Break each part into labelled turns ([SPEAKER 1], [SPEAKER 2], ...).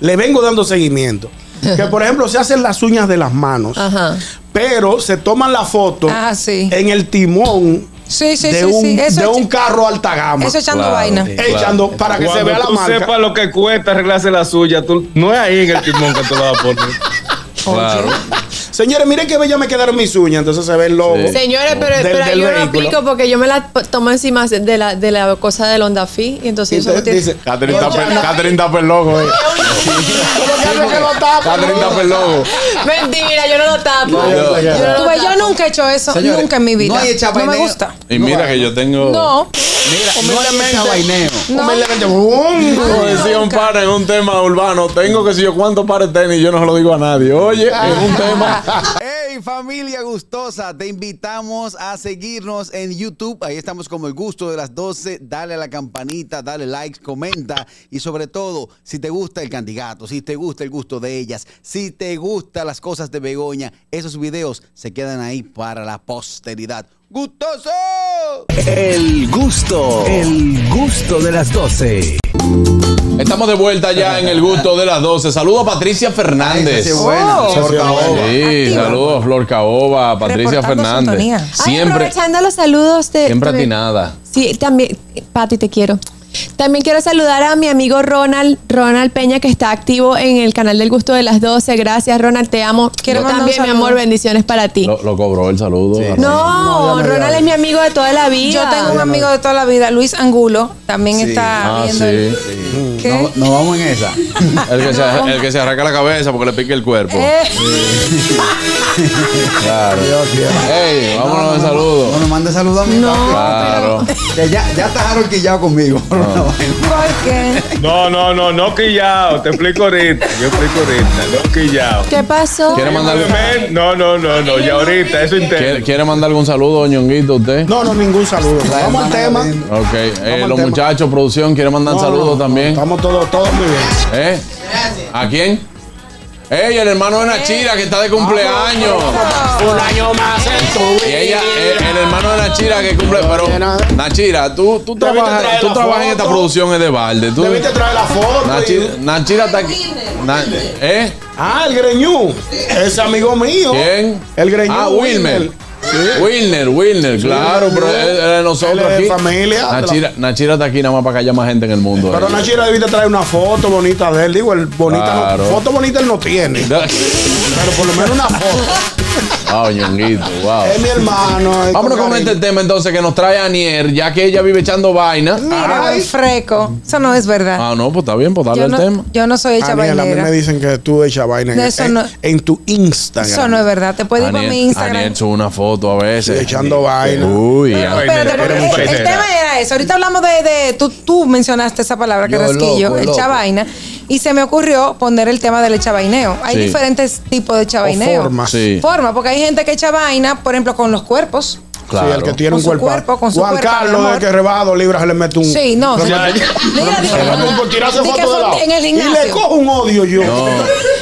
[SPEAKER 1] Le vengo dando seguimiento. Que por ejemplo se hacen las uñas de las manos,
[SPEAKER 2] Ajá.
[SPEAKER 1] pero se toman la foto
[SPEAKER 2] Ah, sí.
[SPEAKER 1] en el timón
[SPEAKER 2] Sí, sí,
[SPEAKER 1] de,
[SPEAKER 2] sí,
[SPEAKER 1] un,
[SPEAKER 2] sí. Eso,
[SPEAKER 1] de
[SPEAKER 2] es-
[SPEAKER 1] un carro alta gama.
[SPEAKER 2] eso echando
[SPEAKER 3] Claro,
[SPEAKER 2] vaina.
[SPEAKER 3] sí.
[SPEAKER 1] Echando para que
[SPEAKER 4] Cuando
[SPEAKER 1] se vea la
[SPEAKER 4] tú
[SPEAKER 1] marca.
[SPEAKER 4] sepas lo que cuesta arreglarse la suya, tú, no es ahí en el timón que tú la vas a poner.
[SPEAKER 3] Claro.
[SPEAKER 1] Señores, miren qué bella me quedaron mis uñas, entonces se ve el logo.
[SPEAKER 3] Sí.
[SPEAKER 5] Señores, pero,
[SPEAKER 1] Del-
[SPEAKER 5] pero
[SPEAKER 1] del
[SPEAKER 5] yo no
[SPEAKER 1] vehículo.
[SPEAKER 5] aplico porque yo me la p- tomo encima de la, de la cosa del Honda Fi y entonces eso no
[SPEAKER 1] Entonces
[SPEAKER 5] tiene-
[SPEAKER 1] dice,
[SPEAKER 3] Catherine está per- Catherine está per loco, eh.
[SPEAKER 1] "Claro que lo tapa".
[SPEAKER 3] Catherine está per loco.
[SPEAKER 5] Mentira, yo no lo tapo.
[SPEAKER 3] No, yo-
[SPEAKER 5] yo, no lo
[SPEAKER 2] Tú ves, yo
[SPEAKER 5] tapo.
[SPEAKER 2] nunca he hecho eso,
[SPEAKER 6] Señores,
[SPEAKER 2] nunca en mi vida.
[SPEAKER 6] no hay echar
[SPEAKER 2] me
[SPEAKER 6] vaineo.
[SPEAKER 2] gusta.
[SPEAKER 3] Y mira que yo tengo.
[SPEAKER 2] No,
[SPEAKER 6] Mira, no hay esa vaineo.
[SPEAKER 1] Humildemente, ¡bum!
[SPEAKER 3] Como decía un par en un tema urbano, tengo que si yo cuánto pares tenis, yo no se lo digo a nadie. Oye,
[SPEAKER 2] Ah.
[SPEAKER 3] es un tema.
[SPEAKER 6] Hey familia gustosa, te invitamos a seguirnos en YouTube. Ahí estamos como el gusto de las 12. Dale a la campanita, dale like, comenta y sobre todo, si te gusta el candidato, si te gusta el gusto de ellas, si te gustan las cosas de Begoña, esos videos se quedan ahí para la posteridad. ¡Gustoso!
[SPEAKER 7] El gusto, el gusto de las 12.
[SPEAKER 3] Estamos de vuelta
[SPEAKER 2] Ah.
[SPEAKER 3] ya en el gusto de las 12. Saludo a Patricia Fernández.
[SPEAKER 6] Esa sí es buena.
[SPEAKER 2] Oh.
[SPEAKER 6] Por favor.
[SPEAKER 3] Sí,
[SPEAKER 2] Activa.
[SPEAKER 3] saludos a Flor Caoba, a Patricia
[SPEAKER 2] Reportando
[SPEAKER 3] Fernández.
[SPEAKER 2] sintonía. Ay,
[SPEAKER 5] Ay,
[SPEAKER 3] Siempre,
[SPEAKER 5] aprovechando los saludos de.
[SPEAKER 3] siempre
[SPEAKER 5] de-
[SPEAKER 3] atinada.
[SPEAKER 5] Sí, también, Pati, te quiero. También quiero saludar a mi amigo Ronald, Ronald Peña, que está activo en el canal del Gusto de las 12. Gracias, Ronald, te amo.
[SPEAKER 2] Quiero
[SPEAKER 5] Yo
[SPEAKER 2] mandar un
[SPEAKER 5] también, mi
[SPEAKER 2] saludo.
[SPEAKER 5] amor, bendiciones para ti.
[SPEAKER 3] Lo, lo cobró el saludo. a Ronald.
[SPEAKER 5] No, Ronald es mi amigo de toda la vida.
[SPEAKER 2] yo tengo un amigo de toda la vida, Luis Angulo, también está
[SPEAKER 3] Ah, sí.
[SPEAKER 2] viendo.
[SPEAKER 3] Mm,
[SPEAKER 2] el- ¿Qué?
[SPEAKER 6] No- Nos vamos en esa.
[SPEAKER 3] El que, se, el que se arranca la cabeza porque le pique el cuerpo.
[SPEAKER 2] Eh,
[SPEAKER 3] Claro. Ey, vámonos de saludo.
[SPEAKER 6] No nos mande saludos a mí.
[SPEAKER 3] Claro.
[SPEAKER 6] Que Ya, ya está Harold quillado conmigo.
[SPEAKER 2] ¿Por qué?
[SPEAKER 4] No, no, no, no quillao. Te explico ahorita. Yo explico ahorita. No quillao.
[SPEAKER 5] ¿Qué pasó?
[SPEAKER 3] ¿Quiere mandar,
[SPEAKER 4] Men, No, no, no, no. Ya ahorita. Eso
[SPEAKER 3] ¿quiere,
[SPEAKER 4] intento.
[SPEAKER 3] quiere mandar algún saludo, ñonguito, usted?
[SPEAKER 1] No, no, ningún saludo. Vamos al tema.
[SPEAKER 3] Ok. eh,
[SPEAKER 1] al
[SPEAKER 3] los
[SPEAKER 1] tema.
[SPEAKER 3] muchachos, producción, ¿quieren mandar
[SPEAKER 1] No,
[SPEAKER 3] saludos
[SPEAKER 1] no, no,
[SPEAKER 3] también?
[SPEAKER 1] Estamos todos, todos muy bien.
[SPEAKER 3] ¿Eh? ¿A quién? ¡Ey, el hermano de Nachira que está de cumpleaños!
[SPEAKER 1] Un año más en tu
[SPEAKER 3] Y ella, el, el hermano de Nachira que cumple. Pero, Nachira, tú, tú trabajas,
[SPEAKER 1] traer
[SPEAKER 3] tú
[SPEAKER 1] la
[SPEAKER 3] trabajas en
[SPEAKER 1] foto.
[SPEAKER 3] esta producción es de balde. Tú,
[SPEAKER 1] Debiste traer la foto.
[SPEAKER 3] Nachira,
[SPEAKER 1] y-
[SPEAKER 3] Nachira está aquí. Na- ¿Eh?
[SPEAKER 1] Ah, el Greñú. Ese amigo mío.
[SPEAKER 3] ¿Quién?
[SPEAKER 1] El Greñú.
[SPEAKER 3] Ah, Wilmer.
[SPEAKER 1] Sí.
[SPEAKER 3] Wilner, Wilner, claro, pero él, él es de nosotros
[SPEAKER 1] Él es
[SPEAKER 3] aquí.
[SPEAKER 1] familia de la-
[SPEAKER 3] Nachira, Nachira está aquí nada más para que haya más gente en el mundo.
[SPEAKER 1] Pero
[SPEAKER 3] eh.
[SPEAKER 1] Nachira debiste traer una foto bonita de él. Digo, el bonita
[SPEAKER 3] Claro.
[SPEAKER 1] no, foto bonita él no tiene. Pero por lo menos una foto.
[SPEAKER 3] Wow, Ah, ñonguito, wow.
[SPEAKER 1] es mi hermano. es
[SPEAKER 3] Vámonos con
[SPEAKER 1] cariño.
[SPEAKER 3] este tema entonces que nos trae Anier, ya que ella vive echando vaina.
[SPEAKER 2] Mira,
[SPEAKER 1] Ay.
[SPEAKER 2] el freco. Eso no es verdad.
[SPEAKER 3] Ah, no, pues está bien, pues dale
[SPEAKER 2] yo,
[SPEAKER 3] el
[SPEAKER 2] no,
[SPEAKER 3] tema.
[SPEAKER 2] yo no soy hecha
[SPEAKER 1] Aniel, a mí me
[SPEAKER 2] vainera.
[SPEAKER 1] dicen que tú echas vaina en,
[SPEAKER 2] De eso
[SPEAKER 1] en-
[SPEAKER 2] no-
[SPEAKER 1] en tu Instagram.
[SPEAKER 2] Eso no es verdad. Te puedes ir por mi
[SPEAKER 3] Anier,
[SPEAKER 2] Instagram.
[SPEAKER 3] Anier sube una foto a veces.
[SPEAKER 1] Echando vaina.
[SPEAKER 3] Uy,
[SPEAKER 2] Pero
[SPEAKER 3] Anier.
[SPEAKER 2] espérate, porque
[SPEAKER 4] Era un
[SPEAKER 2] el, el
[SPEAKER 4] pecera.
[SPEAKER 2] tema era eso. Ahorita hablamos de, de- tú, tú mencionaste esa palabra, que
[SPEAKER 6] Yo
[SPEAKER 2] rasquillo,
[SPEAKER 6] loco,
[SPEAKER 2] el
[SPEAKER 6] loco.
[SPEAKER 2] chavaina, y se me ocurrió poner el tema del echavaineo. Hay
[SPEAKER 3] Sí.
[SPEAKER 2] diferentes tipos de chavaineo.
[SPEAKER 1] O formas.
[SPEAKER 3] Sí,
[SPEAKER 2] Forma, porque hay gente que echa vaina, por ejemplo, con los cuerpos.
[SPEAKER 3] claro.
[SPEAKER 1] Sí, el que tiene
[SPEAKER 2] Con
[SPEAKER 1] un
[SPEAKER 2] su
[SPEAKER 1] cuerpo.
[SPEAKER 2] cuerpo, con su
[SPEAKER 1] Juan
[SPEAKER 2] cuerpo, mi
[SPEAKER 1] Carlos,
[SPEAKER 2] amor.
[SPEAKER 1] el que rebaja dos libras, le mete un.
[SPEAKER 2] Sí, no. sí.
[SPEAKER 4] Ya, ya.
[SPEAKER 2] Mira,
[SPEAKER 1] Se le mete un por tirarse
[SPEAKER 2] di que
[SPEAKER 1] foto de
[SPEAKER 2] fue
[SPEAKER 1] lado.
[SPEAKER 2] en el
[SPEAKER 1] Y le
[SPEAKER 2] gimnasio.
[SPEAKER 1] cojo un odio yo.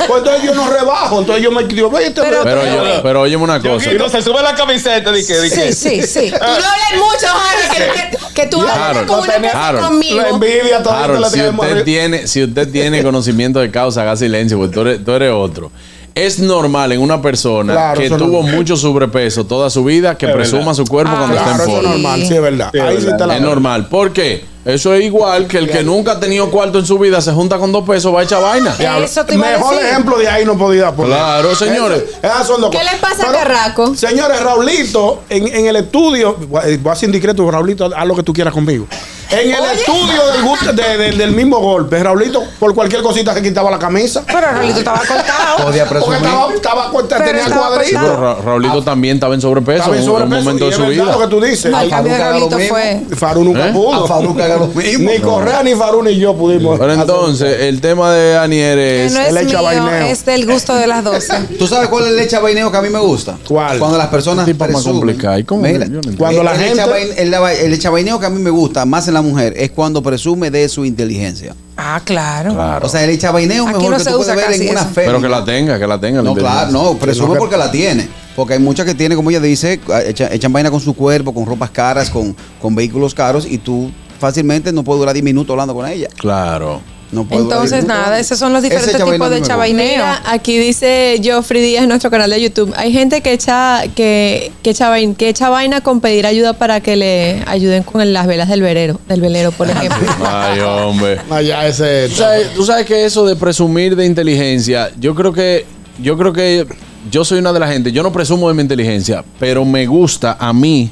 [SPEAKER 1] Pues entonces yo no rebajo. Entonces yo me digo, ve este
[SPEAKER 2] Pero-
[SPEAKER 3] Pero, yo- pero óyeme una cosa.
[SPEAKER 4] Ñonguito, se sube la camiseta. di que- di que-
[SPEAKER 2] Sí, sí, sí.
[SPEAKER 5] Tú no hables mucho, Harry, que, que- que tú hablas
[SPEAKER 3] Harold,
[SPEAKER 5] como una cosa
[SPEAKER 3] Harold,
[SPEAKER 1] la
[SPEAKER 5] conmigo.
[SPEAKER 1] envidia todavía
[SPEAKER 3] Harold,
[SPEAKER 1] la
[SPEAKER 3] si
[SPEAKER 1] tenemos
[SPEAKER 3] usted,
[SPEAKER 1] arriba.
[SPEAKER 3] tiene, si usted tiene conocimiento de causa, haga silencio, porque tú eres, tú eres otro. Es normal en una persona
[SPEAKER 1] Claro,
[SPEAKER 3] que
[SPEAKER 1] eso
[SPEAKER 3] tuvo
[SPEAKER 1] no-
[SPEAKER 3] mucho sobrepeso toda su vida que
[SPEAKER 4] Es
[SPEAKER 3] presuma
[SPEAKER 4] verdad.
[SPEAKER 3] su cuerpo cuando
[SPEAKER 1] Ah, Claro,
[SPEAKER 3] está
[SPEAKER 1] eso
[SPEAKER 3] en
[SPEAKER 1] es
[SPEAKER 3] forma.
[SPEAKER 1] normal, sí, es verdad.
[SPEAKER 4] Sí, es
[SPEAKER 1] Ahí sí
[SPEAKER 4] verdad.
[SPEAKER 1] te la
[SPEAKER 3] Es normal. ¿Por qué? Eso es igual que el que nunca ha tenido cuarto en su vida se junta con dos pesos, va a echar vaina.
[SPEAKER 2] Eso te iba a
[SPEAKER 1] Mejor
[SPEAKER 2] decir.
[SPEAKER 1] ejemplo de ahí no podía poner.
[SPEAKER 3] Claro, señores.
[SPEAKER 1] Eso- esas son dos
[SPEAKER 5] ¿Qué
[SPEAKER 1] cosas.
[SPEAKER 5] le pasa a Carraco?
[SPEAKER 1] Señores, Raulito, en, en el estudio, voy a ser indiscreto, Raulito, haz lo que tú quieras conmigo. En el estudio del, gusto- de- de- del mismo golpe, Raulito, por cualquier cosita se quitaba la camisa.
[SPEAKER 2] Pero Rolito estaba cortado.
[SPEAKER 6] Podía
[SPEAKER 1] Porque
[SPEAKER 6] presumir.
[SPEAKER 1] estaba, estaba cuenta,
[SPEAKER 2] Pero
[SPEAKER 1] tenía
[SPEAKER 2] estaba
[SPEAKER 1] cuadrito.
[SPEAKER 3] Pero Ra- Raulito también estaba en sobrepeso,
[SPEAKER 1] Ah, Estaba en
[SPEAKER 3] en un- en
[SPEAKER 1] sobrepeso,
[SPEAKER 3] un momento
[SPEAKER 1] y
[SPEAKER 3] de
[SPEAKER 1] es
[SPEAKER 3] su
[SPEAKER 1] verdad
[SPEAKER 3] vida.
[SPEAKER 1] lo que tú dices.
[SPEAKER 2] No, el
[SPEAKER 1] Al
[SPEAKER 2] cambio de
[SPEAKER 6] Faruca haga lo
[SPEAKER 2] Rolito
[SPEAKER 6] mismo.
[SPEAKER 2] fue.
[SPEAKER 1] Faru nunca
[SPEAKER 3] ¿Eh?
[SPEAKER 1] pudo.
[SPEAKER 6] A Faruca haga lo mismo.
[SPEAKER 1] Ni Correa, ni Faru, ni yo pudimos.
[SPEAKER 3] Pero entonces, el tema de Anier
[SPEAKER 2] Que
[SPEAKER 3] es.
[SPEAKER 2] no
[SPEAKER 1] el
[SPEAKER 2] es mío,
[SPEAKER 1] echavaineo.
[SPEAKER 2] es del gusto de las 12.
[SPEAKER 6] ¿Tú sabes cuál es el leche vaineo que a mí me gusta?
[SPEAKER 1] ¿Cuál?
[SPEAKER 6] Cuando las personas
[SPEAKER 3] Qué tipo más
[SPEAKER 6] presumen.
[SPEAKER 3] complicado. ¿Y cómo?
[SPEAKER 6] Mira,
[SPEAKER 3] Yo no entiendo.
[SPEAKER 1] Cuando
[SPEAKER 6] el-
[SPEAKER 1] la
[SPEAKER 6] el
[SPEAKER 1] gente-
[SPEAKER 6] echavain- el lava- el echavaineo que a mí me gusta más en la mujer es cuando presume de su inteligencia.
[SPEAKER 2] Ah, claro.
[SPEAKER 3] Claro.
[SPEAKER 6] O sea, el echavaineo es
[SPEAKER 2] Aquí
[SPEAKER 6] mejor
[SPEAKER 2] no
[SPEAKER 6] que
[SPEAKER 2] se
[SPEAKER 6] tú puedes
[SPEAKER 2] usa
[SPEAKER 6] ver
[SPEAKER 2] casi
[SPEAKER 6] en una
[SPEAKER 2] eso.
[SPEAKER 6] feria.
[SPEAKER 3] Pero que la tenga, que la tenga. la
[SPEAKER 6] No, claro,
[SPEAKER 3] inteligencia.
[SPEAKER 6] no, presume
[SPEAKER 1] que-
[SPEAKER 6] porque la tiene. Porque hay muchas que tienen, como ella dice, echa- echan vaina con su cuerpo, con ropas caras, con, con vehículos caros y tú fácilmente no puedes durar 10 minutos hablando con ella.
[SPEAKER 3] Claro.
[SPEAKER 6] No puedo
[SPEAKER 2] Entonces,
[SPEAKER 6] ir.
[SPEAKER 2] nada, esos son los
[SPEAKER 6] Ese
[SPEAKER 2] diferentes
[SPEAKER 6] chabaineo
[SPEAKER 2] tipos
[SPEAKER 6] no
[SPEAKER 2] de
[SPEAKER 6] me gusta.
[SPEAKER 2] chabaineo.
[SPEAKER 5] Mira, aquí dice Geoffrey Díaz en nuestro canal de YouTube. Hay gente que echa, que, que, echa vain- que echa vaina con pedir ayuda para que le ayuden con el- las velas del velero, del velero, por ejemplo.
[SPEAKER 3] Ay, hombre.
[SPEAKER 1] Allá ese.
[SPEAKER 3] Tú sabes, tú sabes que eso de presumir de inteligencia, yo creo que yo creo que yo soy una de la gente, yo no presumo de mi inteligencia, pero me gusta a mí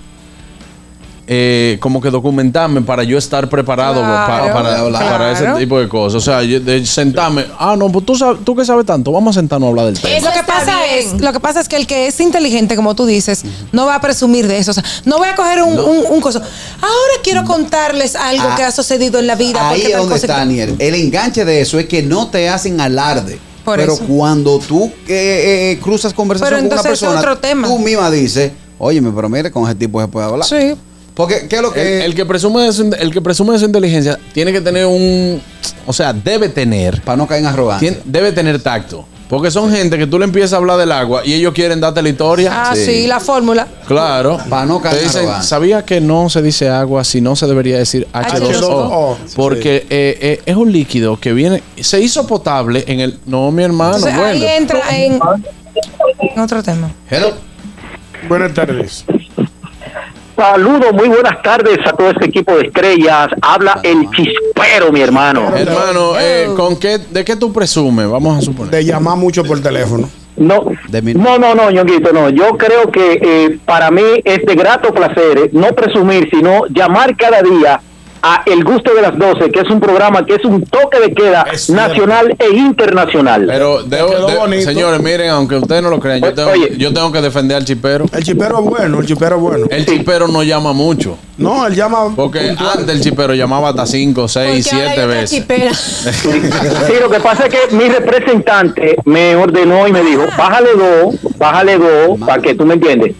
[SPEAKER 3] eh, como que documentarme para yo estar preparado pa-
[SPEAKER 2] Claro,
[SPEAKER 3] para, para
[SPEAKER 2] claro.
[SPEAKER 3] ese tipo de cosas. O sea, yo- de sentarme, ah, no, pues tú, sabes- tú que sabes tanto, vamos a sentarnos a hablar del tema.
[SPEAKER 5] Eso
[SPEAKER 2] lo que
[SPEAKER 5] está
[SPEAKER 2] pasa
[SPEAKER 5] bien.
[SPEAKER 2] es lo que pasa es que el que es inteligente como tú dices no va a presumir de eso o sea, no voy a coger un, un, un coso ahora quiero contarles algo
[SPEAKER 6] Ah,
[SPEAKER 2] que ha sucedido en la vida
[SPEAKER 6] Ahí
[SPEAKER 2] porque
[SPEAKER 6] es
[SPEAKER 2] tal
[SPEAKER 6] donde
[SPEAKER 2] cosa-
[SPEAKER 6] está Daniel. El enganche de eso es que no te hacen alarde.
[SPEAKER 2] Por
[SPEAKER 6] pero
[SPEAKER 2] eso.
[SPEAKER 6] cuando tú eh, eh, cruzas conversación
[SPEAKER 2] Pero
[SPEAKER 6] con una
[SPEAKER 2] entonces es
[SPEAKER 6] persona,
[SPEAKER 2] otro tema.
[SPEAKER 6] tú misma dices, oye, pero mire, con ese tipo se puede hablar.
[SPEAKER 2] sí
[SPEAKER 6] Porque, ¿qué es lo que...?
[SPEAKER 3] El, el que presume de su, el que presume de su inteligencia tiene que tener un, o sea, debe tener
[SPEAKER 6] para no caer en arrogancia.
[SPEAKER 3] Tien- debe tener tacto. Porque son gente que tú le empiezas a hablar del agua y ellos quieren darte la historia.
[SPEAKER 2] ah sí, la fórmula
[SPEAKER 3] Claro.
[SPEAKER 6] Pa' no caer
[SPEAKER 3] Te
[SPEAKER 6] en
[SPEAKER 3] dicen,
[SPEAKER 6] arrogancia.
[SPEAKER 3] ¿sabía que no se dice agua si no se debería decir H2O?
[SPEAKER 2] Oh,
[SPEAKER 1] H2O.
[SPEAKER 3] Porque eh, eh, es un líquido que viene, se hizo potable en el... No, mi hermano,
[SPEAKER 2] entonces
[SPEAKER 3] bueno.
[SPEAKER 2] ahí entra en, en otro tema
[SPEAKER 6] Hello.
[SPEAKER 1] Buenas tardes.
[SPEAKER 8] Saludos, muy buenas tardes a todo este equipo de estrellas. Habla el chispero, mi hermano.
[SPEAKER 3] Hermano, eh, ¿con qué, ¿de qué tú presumes? Vamos a suponer.
[SPEAKER 1] De llamar mucho por teléfono.
[SPEAKER 8] No,
[SPEAKER 6] De mi-
[SPEAKER 8] no, no, no, ñonguito, no. Yo creo que eh, para mí es de grato placer eh, no presumir, sino llamar cada día a El Gusto de las 12, que es un programa que es un toque de queda
[SPEAKER 1] Es cierto.
[SPEAKER 8] nacional e internacional.
[SPEAKER 3] Pero, debo-
[SPEAKER 1] quedó
[SPEAKER 3] de-
[SPEAKER 1] bonito.
[SPEAKER 3] señores, miren, aunque ustedes no lo crean, yo
[SPEAKER 8] O-
[SPEAKER 3] tengo,
[SPEAKER 8] oye.
[SPEAKER 3] yo tengo que defender al chipero.
[SPEAKER 1] El chipero es bueno, el chipero es bueno.
[SPEAKER 3] El chipero no llama mucho.
[SPEAKER 1] No, él llama.
[SPEAKER 3] Porque antes el chipero llamaba hasta 5, 6,
[SPEAKER 5] Porque ahora hay
[SPEAKER 3] 7
[SPEAKER 5] otra
[SPEAKER 3] veces.
[SPEAKER 5] chipera.
[SPEAKER 8] Sí, lo que pasa es que mi representante me ordenó y me dijo, bájale dos, bájale dos, para que tú me entiendes.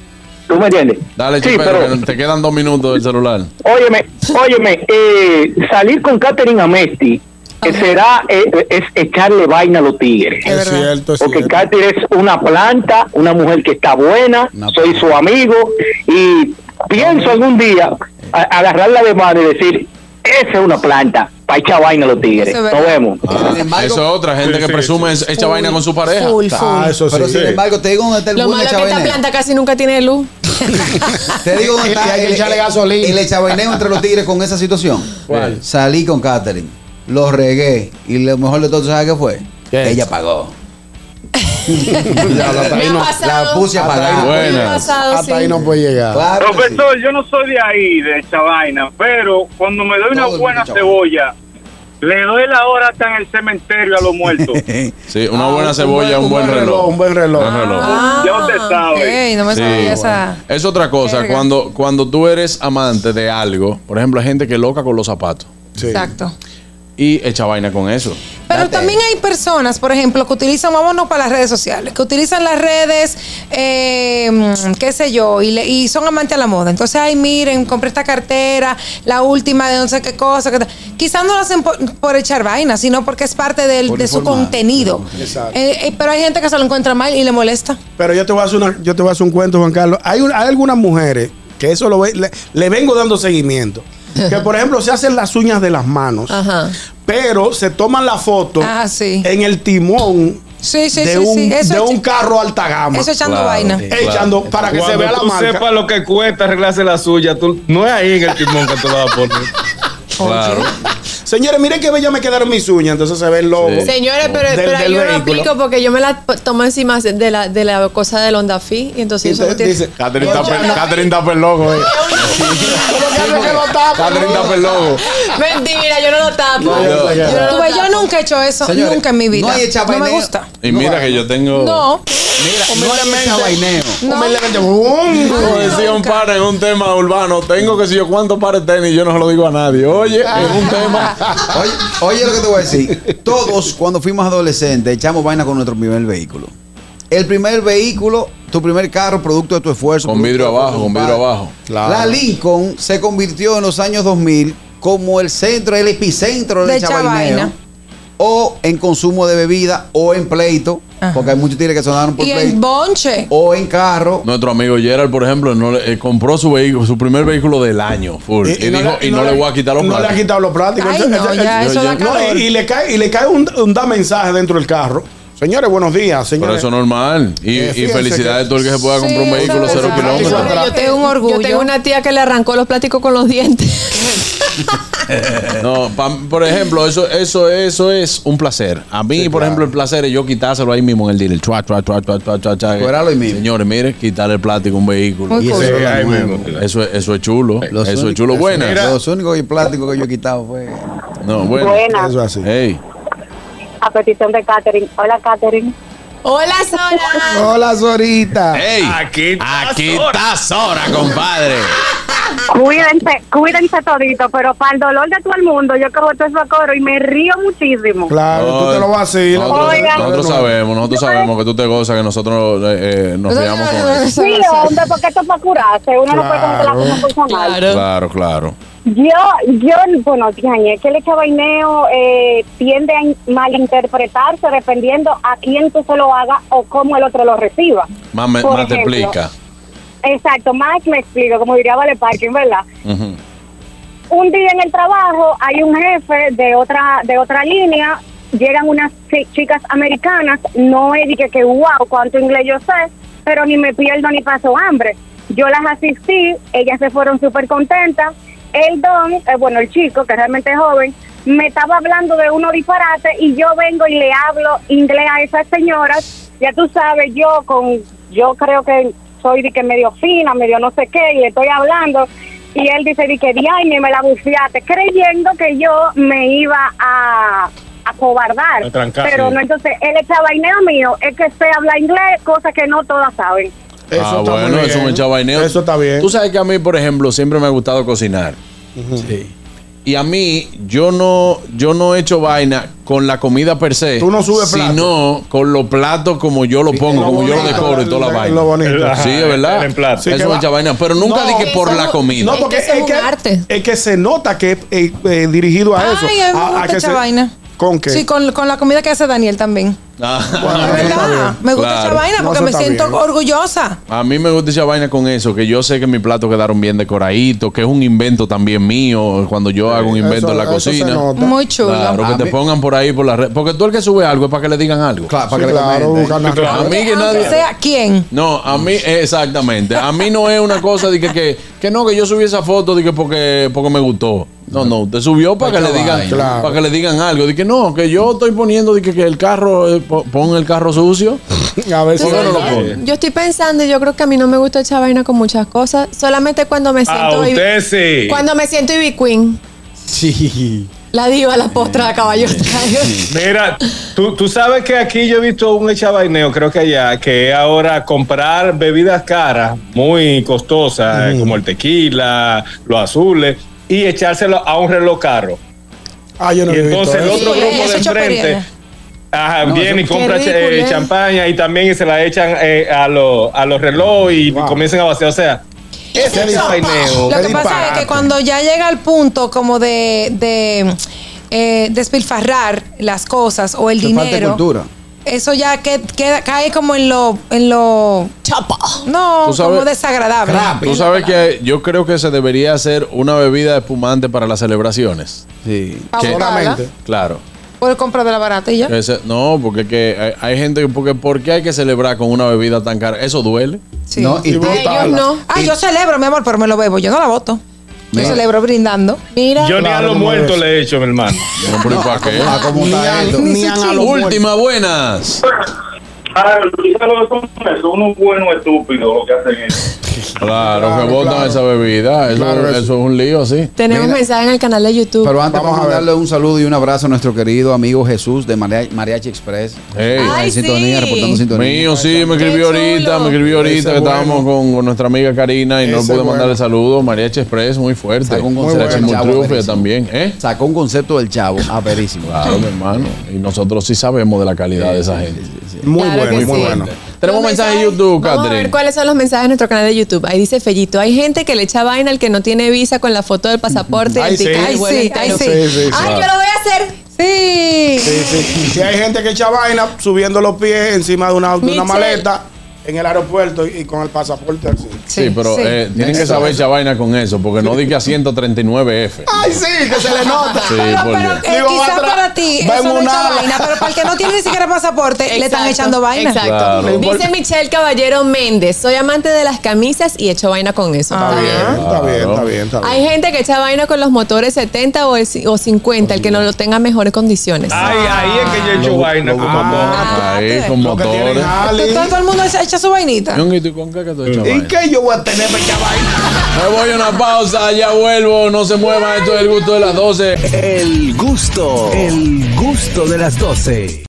[SPEAKER 8] ¿Tú me entiendes?
[SPEAKER 3] Dale,
[SPEAKER 8] sí,
[SPEAKER 3] chipero, que te quedan dos minutos del celular.
[SPEAKER 8] Óyeme, óyeme, eh, salir con Catherine Amesti eh, será eh, eh, es echarle vaina a los tigres.
[SPEAKER 2] Eh,
[SPEAKER 1] Es cierto, es
[SPEAKER 8] Porque
[SPEAKER 1] cierto.
[SPEAKER 8] Catherine es una planta, una mujer que está buena,
[SPEAKER 6] Una
[SPEAKER 8] soy su amigo y pienso algún día a- agarrarla de mano y decir, esa es una planta, para echar vaina a los tigres.
[SPEAKER 2] Eso es
[SPEAKER 8] Nos
[SPEAKER 2] verdad.
[SPEAKER 8] vemos.
[SPEAKER 6] Sin embargo-
[SPEAKER 3] Eso es otra gente que presume es- echa vaina con su pareja.
[SPEAKER 2] full
[SPEAKER 1] Ah,
[SPEAKER 2] full
[SPEAKER 1] eso sí.
[SPEAKER 6] Pero sin
[SPEAKER 1] Sí.
[SPEAKER 6] embargo, te digo dónde está el
[SPEAKER 5] Lo
[SPEAKER 6] boom
[SPEAKER 5] malo
[SPEAKER 6] de
[SPEAKER 5] es que esta
[SPEAKER 6] Chabaineo.
[SPEAKER 5] planta casi nunca tiene luz.
[SPEAKER 6] Te digo dónde está
[SPEAKER 1] Y hay que
[SPEAKER 6] el- e-,
[SPEAKER 1] echarle gasolina.
[SPEAKER 6] El Chabaineo entre los tigres con esa situación.
[SPEAKER 3] ¿Cuál?
[SPEAKER 6] Salí con Katherine, lo regué y lo mejor de todo, ¿sabes qué fue?
[SPEAKER 1] ¿Qué?
[SPEAKER 6] Ella pagó.
[SPEAKER 1] Ya, Ah, hasta ahí
[SPEAKER 5] Me ha
[SPEAKER 1] no-
[SPEAKER 5] pasado.
[SPEAKER 6] la puse a
[SPEAKER 5] Hasta
[SPEAKER 6] pagar.
[SPEAKER 5] ahí no-
[SPEAKER 3] Buenas.
[SPEAKER 5] me ha pasado,
[SPEAKER 1] hasta ahí
[SPEAKER 5] sí.
[SPEAKER 1] no puede llegar.
[SPEAKER 6] Claro que sí.
[SPEAKER 9] Profesor, yo no soy de ahí, de esa vaina, pero cuando me doy una
[SPEAKER 6] Todo el
[SPEAKER 9] buena
[SPEAKER 6] mundo, chaval.
[SPEAKER 9] cebolla, le doy la hora hasta en el cementerio a los muertos.
[SPEAKER 3] Sí, una buena cebolla, Ah, un, buen reloj.
[SPEAKER 1] Un Ah, buen reloj. Ah,
[SPEAKER 3] Buen reloj.
[SPEAKER 9] ya usted sabe.
[SPEAKER 2] ok, no me
[SPEAKER 3] Sí.
[SPEAKER 2] sabía Ah, pues esa
[SPEAKER 3] Es otra cosa,
[SPEAKER 2] Verga.
[SPEAKER 3] cuando, cuando tú eres amante de algo, por ejemplo, hay gente que es loca con los zapatos
[SPEAKER 1] Sí.
[SPEAKER 2] exacto
[SPEAKER 3] y echa vaina con eso.
[SPEAKER 2] Pero
[SPEAKER 6] Date.
[SPEAKER 2] también hay personas, por ejemplo, que utilizan, vámonos para las redes sociales, que utilizan las redes, eh, mm, qué sé yo, y, le- y son amantes a la moda. Entonces, ay, miren, compré esta cartera, la última de no sé qué cosa. Que tal. Quizás no lo hacen por, por echar vaina, sino porque es parte del-
[SPEAKER 6] Por
[SPEAKER 2] de su
[SPEAKER 6] informar.
[SPEAKER 2] contenido.
[SPEAKER 1] Exacto.
[SPEAKER 2] Eh, eh, pero hay gente que se lo encuentra mal y le molesta.
[SPEAKER 1] Pero yo te voy a hacer, una, yo te voy a hacer un cuento, Juan Carlos. Hay, un- hay algunas mujeres que eso lo ve- le, le vengo dando seguimiento. Que por ejemplo se hacen las uñas de las manos,
[SPEAKER 2] Ajá.
[SPEAKER 1] pero se toman la foto
[SPEAKER 2] Ah, sí.
[SPEAKER 1] en el timón
[SPEAKER 2] Sí, sí,
[SPEAKER 1] de,
[SPEAKER 2] sí,
[SPEAKER 1] un,
[SPEAKER 2] sí. Eso,
[SPEAKER 1] de
[SPEAKER 2] echa-
[SPEAKER 1] un carro alta gama.
[SPEAKER 2] eso echando
[SPEAKER 3] Claro,
[SPEAKER 2] vaina.
[SPEAKER 3] sí.
[SPEAKER 1] echando para que se
[SPEAKER 4] Cuando
[SPEAKER 1] vea la
[SPEAKER 4] tú
[SPEAKER 1] marca.
[SPEAKER 4] sepas lo que cuesta arreglarse la suya, tú, no es ahí en el timón que tú la vas a poner.
[SPEAKER 3] Claro.
[SPEAKER 1] Señores, miren qué bella me quedaron mis uñas. Entonces se ve el logo.
[SPEAKER 3] Sí.
[SPEAKER 5] Señores, pero,
[SPEAKER 1] Del-
[SPEAKER 5] pero
[SPEAKER 1] del
[SPEAKER 5] ahí yo no
[SPEAKER 1] vehículo.
[SPEAKER 5] aplico porque yo me la p- tomo encima de la, de la cosa del Honda Fi y entonces
[SPEAKER 1] Y
[SPEAKER 5] eso no
[SPEAKER 1] te-
[SPEAKER 5] tiene-
[SPEAKER 1] dice,
[SPEAKER 3] Catherine
[SPEAKER 5] Oye,
[SPEAKER 3] está per-
[SPEAKER 5] no.
[SPEAKER 3] Catherine está per loco, eh. Catherine está per loco.
[SPEAKER 5] Mentira, yo no lo tapo. Pues
[SPEAKER 6] No, yo-
[SPEAKER 5] Yo no
[SPEAKER 2] Tú
[SPEAKER 5] lo
[SPEAKER 2] ves,
[SPEAKER 5] tapo.
[SPEAKER 2] yo nunca he hecho eso,
[SPEAKER 6] Señores,
[SPEAKER 2] nunca en mi
[SPEAKER 6] no
[SPEAKER 2] vida.
[SPEAKER 6] hay
[SPEAKER 2] No, me
[SPEAKER 6] chabaineo.
[SPEAKER 2] gusta.
[SPEAKER 3] Y mira que yo tengo.
[SPEAKER 2] No.
[SPEAKER 6] Mira, no hay Chabaineo.
[SPEAKER 2] No.
[SPEAKER 1] Humildemente, ¡bum!
[SPEAKER 3] Como decía un par en un tema urbano, tengo que si yo cuánto pares de tenis, yo no se lo digo a nadie. Oye, es un tema.
[SPEAKER 6] Oye, oye lo que te voy a decir. Todos, cuando fuimos adolescentes, echamos vaina con nuestro primer vehículo. El primer vehículo, tu primer carro, producto de tu esfuerzo.
[SPEAKER 3] Con
[SPEAKER 6] producto
[SPEAKER 3] vidrio
[SPEAKER 6] de tu
[SPEAKER 3] abajo, con
[SPEAKER 6] padre.
[SPEAKER 3] vidrio abajo.
[SPEAKER 1] Claro.
[SPEAKER 6] La Lincoln se convirtió en los años 2000 como el centro, el epicentro del
[SPEAKER 2] De
[SPEAKER 6] chabaineo.
[SPEAKER 2] chabaina.
[SPEAKER 6] O en consumo de bebida o en pleito. porque hay muchos tigres que sonaron por
[SPEAKER 2] Y
[SPEAKER 6] play.
[SPEAKER 2] en bonche.
[SPEAKER 6] o en carro.
[SPEAKER 3] Nuestro amigo Gerald, por ejemplo, no le- eh, compró su vehículo, su primer vehículo del año, full. Y, dijo, y no, le voy a quitar los
[SPEAKER 1] No le ha
[SPEAKER 3] platos.
[SPEAKER 1] quitado los plásticos.
[SPEAKER 2] Ay,
[SPEAKER 1] Ese-
[SPEAKER 2] no,
[SPEAKER 1] ese-
[SPEAKER 2] ya
[SPEAKER 3] yo-
[SPEAKER 2] eso
[SPEAKER 3] yo-
[SPEAKER 2] da
[SPEAKER 1] No,
[SPEAKER 2] calor.
[SPEAKER 1] y, y le cae, y le cae un, un da mensaje dentro del carro. Señores, buenos días,
[SPEAKER 3] Pero
[SPEAKER 1] señores.
[SPEAKER 3] eso es normal. Y,
[SPEAKER 1] Eh,
[SPEAKER 3] y
[SPEAKER 1] fíjense
[SPEAKER 3] felicidades
[SPEAKER 1] que-
[SPEAKER 3] todo el que se pueda comprar un
[SPEAKER 2] Sí,
[SPEAKER 3] vehículo
[SPEAKER 2] eso es
[SPEAKER 3] cero
[SPEAKER 2] verdad.
[SPEAKER 3] kilómetros.
[SPEAKER 1] Eso
[SPEAKER 5] Yo tengo un orgullo. Yo tengo una tía que le arrancó los plásticos con los dientes.
[SPEAKER 3] No, pa- por ejemplo, eso, eso, eso es un placer. A mí, por ejemplo, el placer es yo quitárselo ahí mismo en el dealer. Chua, chua, chua, chua, chua, chua, chua.
[SPEAKER 6] Fuéralo ahí mismo.
[SPEAKER 3] Señores, miren, quitarle el plástico a un vehículo.
[SPEAKER 2] Muy
[SPEAKER 6] Y
[SPEAKER 2] cool.
[SPEAKER 6] eso era
[SPEAKER 4] ahí
[SPEAKER 6] lo nuevo.
[SPEAKER 4] mismo, claro.
[SPEAKER 3] Eso, es- eso es chulo.
[SPEAKER 6] Los
[SPEAKER 3] eso es
[SPEAKER 6] únicos-
[SPEAKER 3] chulo.
[SPEAKER 6] los únicos-
[SPEAKER 3] Buena.
[SPEAKER 6] Los únicos y plásticos que yo he quitado fue.
[SPEAKER 3] No,
[SPEAKER 1] Eso
[SPEAKER 3] bueno.
[SPEAKER 10] Buenas,
[SPEAKER 1] es así.
[SPEAKER 3] Ey,
[SPEAKER 10] a petición de Catherine. Hola, Catherine.
[SPEAKER 5] Hola, Sora.
[SPEAKER 6] Hola, Zorita.
[SPEAKER 3] ey.
[SPEAKER 4] Aquí está
[SPEAKER 3] Aquí
[SPEAKER 4] Sora.
[SPEAKER 3] está Sora, compadre.
[SPEAKER 10] Cuídense, cuídense todito, pero para el dolor de todo el mundo, yo cojo todo eso a coro y me río muchísimo.
[SPEAKER 1] Claro,
[SPEAKER 3] No,
[SPEAKER 1] Ah, tú te lo vacilas.
[SPEAKER 3] Nosotros,
[SPEAKER 10] Oiga.
[SPEAKER 3] nosotros sabemos, nosotros
[SPEAKER 10] Yo-
[SPEAKER 3] sabemos que tú te gozas, que nosotros eh, eh, nos veamos con eso.
[SPEAKER 10] Sí, hombre, porque esto es para curarse. Uno no puede cometer la
[SPEAKER 1] Claro.
[SPEAKER 10] cosa personal.
[SPEAKER 5] Claro.
[SPEAKER 3] Claro, claro.
[SPEAKER 10] Yo, yo, bueno, Diane, es que el echabaineo eh, tiende a in- malinterpretarse dependiendo a quién tú se lo hagas o cómo el otro lo reciba.
[SPEAKER 3] Más, me-
[SPEAKER 10] Por
[SPEAKER 3] más te
[SPEAKER 10] ejemplo,
[SPEAKER 3] explica.
[SPEAKER 10] Exacto, más me explico, como diría Vale Parking, ¿verdad?
[SPEAKER 3] Ujú.
[SPEAKER 10] un día en el trabajo hay un jefe de otra de otra línea llegan unas chi- chicas americanas no es de que, que wow cuánto inglés yo sé pero ni me pierdo ni paso hambre yo las asistí ellas se fueron súper contentas el don eh, bueno el chico que realmente es joven me estaba hablando de uno disparate y yo vengo y le hablo inglés a esas señoras ya tú sabes yo con yo creo que soy de que medio fina medio no sé qué y le estoy hablando y él dice, di que diaine me la bufiaste, creyendo que yo me iba a, a cobardar.
[SPEAKER 4] A trancar,
[SPEAKER 10] Pero
[SPEAKER 4] sí.
[SPEAKER 10] no, entonces, él está vaineo mío, es que sé hablar inglés, cosa que no todas saben.
[SPEAKER 1] Eso
[SPEAKER 3] ah,
[SPEAKER 1] está muy
[SPEAKER 3] bueno, eso es
[SPEAKER 1] bien.
[SPEAKER 3] un chabaineo.
[SPEAKER 1] Eso está bien.
[SPEAKER 3] Tú sabes que a mí, por ejemplo, siempre me ha gustado cocinar.
[SPEAKER 1] Sí.
[SPEAKER 3] Y a mí, yo no, yo no he hecho vaina con la comida per se.
[SPEAKER 1] Tú no subes plato.
[SPEAKER 3] Sino con los platos como yo lo pongo, como yo lo
[SPEAKER 1] bonito,
[SPEAKER 3] decoro y toda la
[SPEAKER 1] lo-
[SPEAKER 3] vaina.
[SPEAKER 1] lo bonito.
[SPEAKER 3] Sí, es
[SPEAKER 4] El
[SPEAKER 3] verdad.
[SPEAKER 4] emplato.
[SPEAKER 1] Sí,
[SPEAKER 3] eso
[SPEAKER 1] que
[SPEAKER 3] es
[SPEAKER 1] va.
[SPEAKER 3] mucha vaina. Pero nunca
[SPEAKER 1] No,
[SPEAKER 3] dije que por
[SPEAKER 5] eso
[SPEAKER 3] la
[SPEAKER 5] no-
[SPEAKER 3] comida.
[SPEAKER 1] No,
[SPEAKER 5] Es
[SPEAKER 1] porque
[SPEAKER 5] que
[SPEAKER 1] es
[SPEAKER 5] eso
[SPEAKER 1] que,
[SPEAKER 5] es un arte.
[SPEAKER 1] es que se nota que es eh, eh, dirigido a eso.
[SPEAKER 2] Ay, a mí me
[SPEAKER 1] a- a
[SPEAKER 2] gusta
[SPEAKER 1] que
[SPEAKER 2] esa
[SPEAKER 1] se-
[SPEAKER 2] vaina.
[SPEAKER 1] ¿Con qué?
[SPEAKER 2] Sí, con, con la comida que hace Daniel también.
[SPEAKER 3] Ah.
[SPEAKER 1] Ah,
[SPEAKER 2] Es
[SPEAKER 1] eso está
[SPEAKER 2] verdad.
[SPEAKER 1] bien.
[SPEAKER 2] Me gusta
[SPEAKER 3] Claro.
[SPEAKER 2] esa vaina
[SPEAKER 1] No,
[SPEAKER 2] porque
[SPEAKER 1] eso
[SPEAKER 2] me
[SPEAKER 1] está
[SPEAKER 2] siento
[SPEAKER 1] bien.
[SPEAKER 2] orgullosa.
[SPEAKER 3] A mí me gusta esa vaina con eso, que yo sé que mis platos quedaron bien decoraditos, que es un invento también mío, cuando yo hago un invento en la
[SPEAKER 1] Eso- eso se
[SPEAKER 3] cocina.
[SPEAKER 1] nota.
[SPEAKER 2] Muy chulo.
[SPEAKER 3] Claro,
[SPEAKER 6] A
[SPEAKER 3] que te
[SPEAKER 6] mí-
[SPEAKER 3] pongan por ahí por la red. Porque tú el que sube algo es para que le digan algo.
[SPEAKER 6] Claro,
[SPEAKER 1] Sí,
[SPEAKER 6] para que
[SPEAKER 1] claro,
[SPEAKER 6] le
[SPEAKER 1] buscan las
[SPEAKER 6] comente.
[SPEAKER 3] A mí que
[SPEAKER 2] Aunque
[SPEAKER 3] nadie.
[SPEAKER 2] sea quién.
[SPEAKER 3] No, a mí, eh, exactamente. A mí no es una cosa de que, que, que no, que yo subí esa foto de que porque, porque me gustó. No, no, usted subió para que
[SPEAKER 6] Ay,
[SPEAKER 3] le digan,
[SPEAKER 6] caballo.
[SPEAKER 1] Claro.
[SPEAKER 3] para que le digan algo. De que no, que yo estoy poniendo de que, que el carro, eh, po- pon el carro sucio.
[SPEAKER 1] A ver si
[SPEAKER 3] ¿Por qué no lo
[SPEAKER 1] Ay,
[SPEAKER 3] pone?
[SPEAKER 5] Yo estoy pensando y yo creo que a mí no me gusta echar vaina con muchas cosas. Solamente cuando me
[SPEAKER 4] A
[SPEAKER 5] siento baby-
[SPEAKER 4] Ah, usted sí.
[SPEAKER 5] cuando me siento Ivy Queen.
[SPEAKER 6] Sí.
[SPEAKER 5] La diva, la postra, la caballota.
[SPEAKER 4] Mira, tú, tú sabes que aquí yo he visto un echabaineo, creo que allá, que es ahora comprar bebidas caras, muy costosas, eh, como el tequila, los azules, y echárselo a un reloj caro.
[SPEAKER 1] Ah, yo no
[SPEAKER 4] Y
[SPEAKER 1] he visto
[SPEAKER 4] entonces el
[SPEAKER 1] eso.
[SPEAKER 4] otro
[SPEAKER 2] Sí,
[SPEAKER 4] grupo
[SPEAKER 2] eso
[SPEAKER 4] de
[SPEAKER 2] es
[SPEAKER 4] enfrente
[SPEAKER 2] choperiana.
[SPEAKER 4] ajá,
[SPEAKER 6] No,
[SPEAKER 4] viene y
[SPEAKER 5] eso-
[SPEAKER 4] compra
[SPEAKER 5] Qué
[SPEAKER 4] eh,
[SPEAKER 5] ridículo, ¿eh?
[SPEAKER 4] champaña y también se la echan eh, a, los a los relojes y
[SPEAKER 1] Wow.
[SPEAKER 4] comienzan a vaciar. O sea, ese
[SPEAKER 1] Qué
[SPEAKER 4] echabaineo.
[SPEAKER 2] Lo que
[SPEAKER 1] Qué
[SPEAKER 2] pasa es
[SPEAKER 1] disparate.
[SPEAKER 2] que cuando ya llega al punto como de, de eh, despilfarrar las cosas o el
[SPEAKER 6] Te falta
[SPEAKER 2] dinero,
[SPEAKER 6] cultura.
[SPEAKER 2] eso ya que, queda- cae como en lo, en lo
[SPEAKER 5] Chapa.
[SPEAKER 2] no,
[SPEAKER 3] Tú sabes-
[SPEAKER 2] como desagradable.
[SPEAKER 3] Tú sabes que yo creo que se debería hacer una bebida espumante para las celebraciones.
[SPEAKER 6] Sí.
[SPEAKER 2] Pa' botarla
[SPEAKER 1] Solamente.
[SPEAKER 3] Claro.
[SPEAKER 2] Por compra de la barata y ya.
[SPEAKER 3] Que se- no, porque que hay, hay gente que, porque ¿por qué hay que celebrar con una bebida tan cara? Eso duele.
[SPEAKER 2] Sí.
[SPEAKER 6] No, y
[SPEAKER 1] Sí,
[SPEAKER 6] tú-
[SPEAKER 1] brutal.
[SPEAKER 5] Ellos no.
[SPEAKER 2] Ah, yo celebro, mi amor, pero me lo bebo. Yo no la voto. Yo
[SPEAKER 6] Mira.
[SPEAKER 2] celebro brindando.
[SPEAKER 5] Mira.
[SPEAKER 4] Yo ni a
[SPEAKER 1] Claro,
[SPEAKER 4] los
[SPEAKER 1] como
[SPEAKER 4] muertos
[SPEAKER 1] es.
[SPEAKER 4] le he hecho, mi hermano.
[SPEAKER 3] No, pero ¿y para qué?
[SPEAKER 6] Ah, ¿cómo
[SPEAKER 1] Ni
[SPEAKER 6] está
[SPEAKER 1] a-
[SPEAKER 6] esto?
[SPEAKER 1] ni a los muertos.
[SPEAKER 3] Última, buenas.
[SPEAKER 9] Son unos buenos estúpidos lo que hacen eso.
[SPEAKER 3] Claro,
[SPEAKER 1] Claro,
[SPEAKER 3] que botan
[SPEAKER 1] claro.
[SPEAKER 3] esa bebida. Eso,
[SPEAKER 1] Claro,
[SPEAKER 3] eso
[SPEAKER 1] eso.
[SPEAKER 3] es un lío, sí.
[SPEAKER 5] Tenemos
[SPEAKER 6] Mira.
[SPEAKER 5] mensaje en el canal de YouTube.
[SPEAKER 6] Pero antes
[SPEAKER 1] Vamos
[SPEAKER 6] vamos,
[SPEAKER 1] a ver.
[SPEAKER 6] a darle un saludo y un abrazo a nuestro querido amigo Jesús de Maria- Mariachi Express.
[SPEAKER 3] Ey.
[SPEAKER 5] Ay,
[SPEAKER 6] en sintonía,
[SPEAKER 5] sí.
[SPEAKER 6] reportando sintonía.
[SPEAKER 3] Mío, sí, me
[SPEAKER 5] Qué
[SPEAKER 3] escribió
[SPEAKER 5] chulo.
[SPEAKER 3] ahorita, me escribió ahorita
[SPEAKER 1] Ese
[SPEAKER 3] que
[SPEAKER 1] bueno.
[SPEAKER 3] estábamos con, con nuestra amiga Karina y no
[SPEAKER 1] Ese
[SPEAKER 3] pude
[SPEAKER 1] bueno.
[SPEAKER 3] mandarle saludos. Mariachi Express, muy fuerte.
[SPEAKER 6] Sacó un
[SPEAKER 3] Muy
[SPEAKER 6] concepto del
[SPEAKER 3] Chimo
[SPEAKER 6] chavo.
[SPEAKER 3] Triunfo
[SPEAKER 6] buenísimo.
[SPEAKER 3] también, ¿eh?
[SPEAKER 6] Sacó un concepto del chavo. Aperísimo.
[SPEAKER 3] Claro, mi hermano. Y nosotros sí sabemos de la calidad de esa gente.
[SPEAKER 1] Muy
[SPEAKER 5] Claro
[SPEAKER 1] bueno,
[SPEAKER 5] que
[SPEAKER 1] muy
[SPEAKER 5] sí.
[SPEAKER 1] bueno.
[SPEAKER 3] Tenemos
[SPEAKER 5] Los
[SPEAKER 3] mensaje de
[SPEAKER 5] mensajes-
[SPEAKER 3] YouTube,
[SPEAKER 5] Vamos a
[SPEAKER 3] Catherine.
[SPEAKER 5] ver cuáles son los mensajes de nuestro canal de YouTube. Ahí dice Fellito, hay gente que le echa vaina al que no tiene visa con la foto del pasaporte,
[SPEAKER 1] Ay,
[SPEAKER 5] el
[SPEAKER 1] sí.
[SPEAKER 5] ticket,
[SPEAKER 1] Ay,
[SPEAKER 5] el vuelo
[SPEAKER 2] sí,
[SPEAKER 5] entero.
[SPEAKER 2] ay, sí.
[SPEAKER 1] Sí, sí, sí.
[SPEAKER 5] Ay, yo lo voy a hacer.
[SPEAKER 2] Sí.
[SPEAKER 1] Sí, sí. Si hay gente que echa vaina subiendo los pies encima de una, de una
[SPEAKER 5] Michelle.
[SPEAKER 1] maleta en el aeropuerto y, y con el pasaporte así.
[SPEAKER 3] Sí, pero
[SPEAKER 2] sí.
[SPEAKER 3] eh, tienen que saber esa vaina con eso, porque no diga 139F.
[SPEAKER 1] ¡Ay, sí! Que se le nota.
[SPEAKER 3] Sí,
[SPEAKER 2] Pero,
[SPEAKER 3] por
[SPEAKER 2] pero
[SPEAKER 3] Dios.
[SPEAKER 2] eh,
[SPEAKER 1] Digo,
[SPEAKER 2] quizás
[SPEAKER 1] atrás,
[SPEAKER 2] para ti
[SPEAKER 1] va
[SPEAKER 2] eso
[SPEAKER 1] en
[SPEAKER 2] no
[SPEAKER 1] un
[SPEAKER 2] echa
[SPEAKER 1] ala.
[SPEAKER 2] vaina, pero para el que no tiene ni siquiera pasaporte, le están
[SPEAKER 5] Exacto,
[SPEAKER 2] echando vaina.
[SPEAKER 5] Exacto.
[SPEAKER 3] Claro.
[SPEAKER 5] Dice Michelle Caballero Méndez, soy amante de las camisas y echo vaina con eso.
[SPEAKER 1] Está bien, está bien,
[SPEAKER 3] Claro.
[SPEAKER 1] está bien, está bien.
[SPEAKER 5] Hay gente que echa vaina con los motores 70 o, el ci- o 50, el que no lo tenga en mejores condiciones.
[SPEAKER 1] Ah,
[SPEAKER 4] Ay, ahí es que yo he
[SPEAKER 3] Lo
[SPEAKER 4] hecho
[SPEAKER 3] bu-
[SPEAKER 4] vaina
[SPEAKER 3] lo
[SPEAKER 4] con
[SPEAKER 3] bu-
[SPEAKER 4] motor.
[SPEAKER 2] Ah,
[SPEAKER 3] Ahí
[SPEAKER 2] te-
[SPEAKER 3] con
[SPEAKER 1] Lo que tienen
[SPEAKER 3] motores.
[SPEAKER 2] Todo,
[SPEAKER 1] Ali.
[SPEAKER 2] todo el mundo echa, echa su vainita.
[SPEAKER 3] Ñongo, ¿y tú con qué que tú echas
[SPEAKER 1] ¿Y
[SPEAKER 3] vaina?
[SPEAKER 1] qué yo voy a tener para echar vaina?
[SPEAKER 3] Me voy a una pausa, ya vuelvo, no se muevan, esto es el gusto de las 12.
[SPEAKER 7] El gusto, el gusto de las 12.